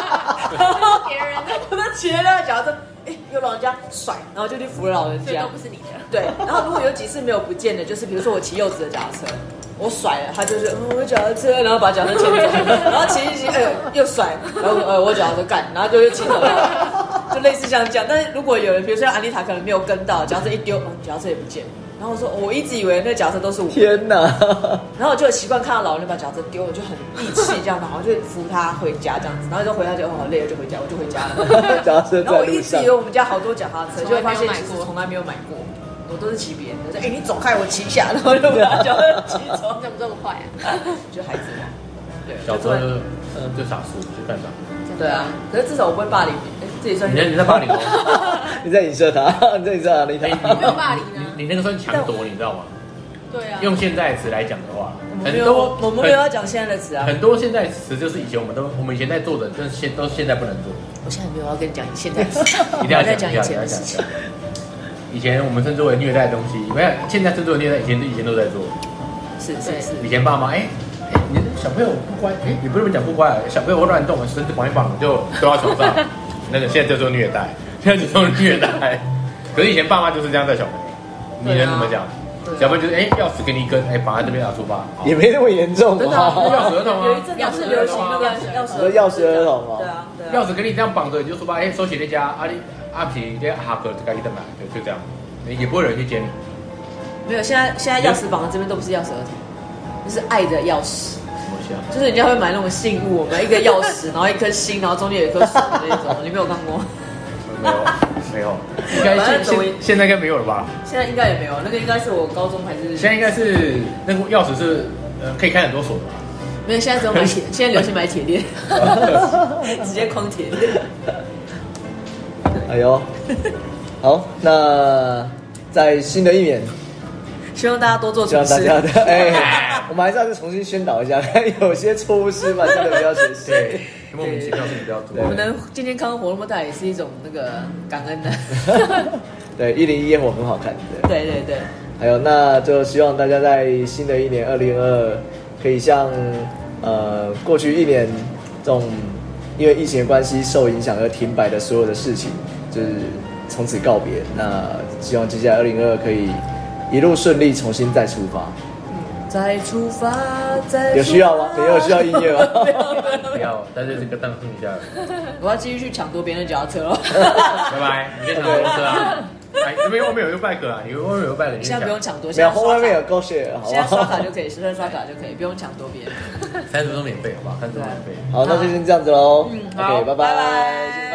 Speaker 2: *laughs* 别人的
Speaker 4: 我都骑人家脚车，哎、有老人家甩，然后就去扶了老人
Speaker 2: 所以
Speaker 4: 家
Speaker 2: 都不。是你的。
Speaker 4: 对，然后如果有几次没有不见的，就是比如说我骑柚子的脚踏车，我甩了，他就是、嗯我脚踏车，然后把脚踏车牵走， *laughs* 然后骑一骑，哎、又甩，然后呃我脚踏车干，然后就又骑走了，就类似像这样。但是如果有人，比如说像安妮塔可能没有跟到，脚踏车一丢，哦脚踏车也不见。然后我说，我一直以为那脚踏车都是我的，
Speaker 1: 天哪！ *laughs*
Speaker 4: 然后我就习惯看到老人把脚车丢了，就很义气这样，然后就扶他回家这样子，然后就回家就哦好累了，就回家，我就回家
Speaker 1: *laughs*
Speaker 4: 了。
Speaker 1: 脚踏车
Speaker 4: 然
Speaker 1: 在
Speaker 4: 后我一
Speaker 1: 路
Speaker 4: 直
Speaker 1: 上
Speaker 4: 以为，我们家好多脚踏车，就
Speaker 2: 从来没有
Speaker 4: 会发现
Speaker 2: 买
Speaker 4: 其实
Speaker 2: 过
Speaker 4: 从来没有买过，我都是骑别人的。哎、你走开，我骑一下，然后就把脚骑走
Speaker 2: 你，怎么 *laughs* 这么坏啊？
Speaker 4: 就孩子嘛。对，啊
Speaker 3: 小时候
Speaker 4: 就
Speaker 3: 就
Speaker 4: 突然
Speaker 3: 嗯就傻叔就干
Speaker 4: *laughs*
Speaker 3: 啥？
Speaker 4: 对啊，可是至少我不会霸凌 *laughs* 你，哎、这也算
Speaker 3: 你在你
Speaker 4: 是。
Speaker 3: 在霸凌我，
Speaker 1: 你在影射他， *laughs* 你在影射阿丽塔
Speaker 3: 哎。
Speaker 2: 没有霸凌啊
Speaker 3: 你你那个算强夺，你知道吗？
Speaker 2: 对啊，
Speaker 3: 用现在词来讲的话
Speaker 4: 嗯我，们没
Speaker 3: 很
Speaker 4: 有
Speaker 3: 多，
Speaker 4: 我们没有要讲现在的词啊。
Speaker 3: 很多现在词就是以前我们都我们以前在做的，就是现都现在不能做。
Speaker 4: 我现在没有要跟你讲现在的事，
Speaker 3: *laughs* 一定要
Speaker 4: 哦我在
Speaker 3: 讲，
Speaker 4: 讲以
Speaker 3: 一定
Speaker 4: 前
Speaker 3: 要
Speaker 4: 的
Speaker 3: 讲
Speaker 4: 事情。。
Speaker 3: 以前我们称之为虐待的东西，没有，现在称之为虐待，以前以前都在做。
Speaker 4: 是是
Speaker 2: 对
Speaker 4: 是，
Speaker 3: 以前爸妈，哎、哎你的小朋友不乖，哎、你不能讲不乖，小朋友会乱动，绳子绑一绑就丢到床
Speaker 4: *laughs*
Speaker 3: 上，那个现在叫做虐待，现在叫做虐待。可是以前爸妈就是这样带小朋友，你能怎么讲？
Speaker 4: 对啊
Speaker 3: 小朋友就是哎，钥、匙给你一根，哎、绑在这边拿出哦吧。好
Speaker 1: 也没那么严重
Speaker 4: 真的
Speaker 1: 吧
Speaker 4: 啊？ *laughs*
Speaker 3: 哦钥匙儿童啊
Speaker 4: 有一阵
Speaker 2: 钥
Speaker 4: 子
Speaker 2: 匙
Speaker 4: 流行
Speaker 3: 儿
Speaker 4: 那
Speaker 3: 童
Speaker 4: 个
Speaker 3: 啊
Speaker 4: 钥匙
Speaker 1: 你说钥匙儿童啊
Speaker 4: 对啊对啊，
Speaker 3: 钥匙给你这样绑着，你就说吧，哎、收起那家，阿里阿皮这哈格这个一等买，就就这样，也不会有人去接你。
Speaker 4: 没有，现在现在钥匙绑的这边都不是钥匙儿童，就是爱的钥匙，
Speaker 3: 我想。
Speaker 4: 就是人家会买那种信物，我们一个钥匙，然后一颗心，然后中间有一颗树的那种，你没有看过？
Speaker 3: 没有，没有，应该
Speaker 4: 反
Speaker 3: 现
Speaker 4: 正抖
Speaker 3: 现
Speaker 4: 音
Speaker 3: 现在应该没有了吧？
Speaker 4: *laughs* 现在应该也没有，那个应该是我高中还是
Speaker 3: 现在应该是那个钥匙是呃可以开很多锁的吧？
Speaker 4: 没有，现在只有买铁，现在流行买铁链，直接框铁链。
Speaker 1: 哎呦，好，那在新的一年，
Speaker 4: 希望大家多做
Speaker 1: 希
Speaker 4: 蠢
Speaker 1: 望大
Speaker 4: 事。
Speaker 1: 家的 *laughs*
Speaker 4: *laughs*
Speaker 1: 哎，我们还是要再重新宣导一下， *laughs* 有些错误示范真的不要学习。
Speaker 3: 对，莫名其妙事情比较多
Speaker 4: 我们能健健康康活那么大，也是一种那个感 *laughs* 恩的。
Speaker 1: *laughs* 对，一零一烟火很好看，对。
Speaker 4: 对对对，
Speaker 1: 还有，那就希望大家在新的一年二零二，可以像呃过去一年这种因为疫情的关系受影响而停摆的所有的事情，就是从此告别。那希望接下来二零二可以一路顺利，重新再出发。
Speaker 4: 再出发，再出发
Speaker 1: 有需要吗？你有需要音乐 *laughs* 吗？
Speaker 3: 不要，但是这个当心一下，
Speaker 4: 我要继续去抢夺别人的脚踏车了。
Speaker 3: 拜拜，你先抢公车啊！哎，因为外面有一个 bike 啊，你外面有 bike，你
Speaker 4: 现在不用抢夺，
Speaker 1: 没有，
Speaker 4: 现在刷
Speaker 1: 后
Speaker 4: 卡
Speaker 1: 面有 g o s h a r 好
Speaker 4: 现在
Speaker 1: 不
Speaker 4: 刷
Speaker 1: 好
Speaker 4: 卡？就可以，现在刷卡就可以，不用抢多别人。
Speaker 3: 三十分钟免费，好不好？三十分钟免费。
Speaker 1: 好，那就先这样子喽。
Speaker 4: 嗯好
Speaker 1: OK，拜
Speaker 4: 拜拜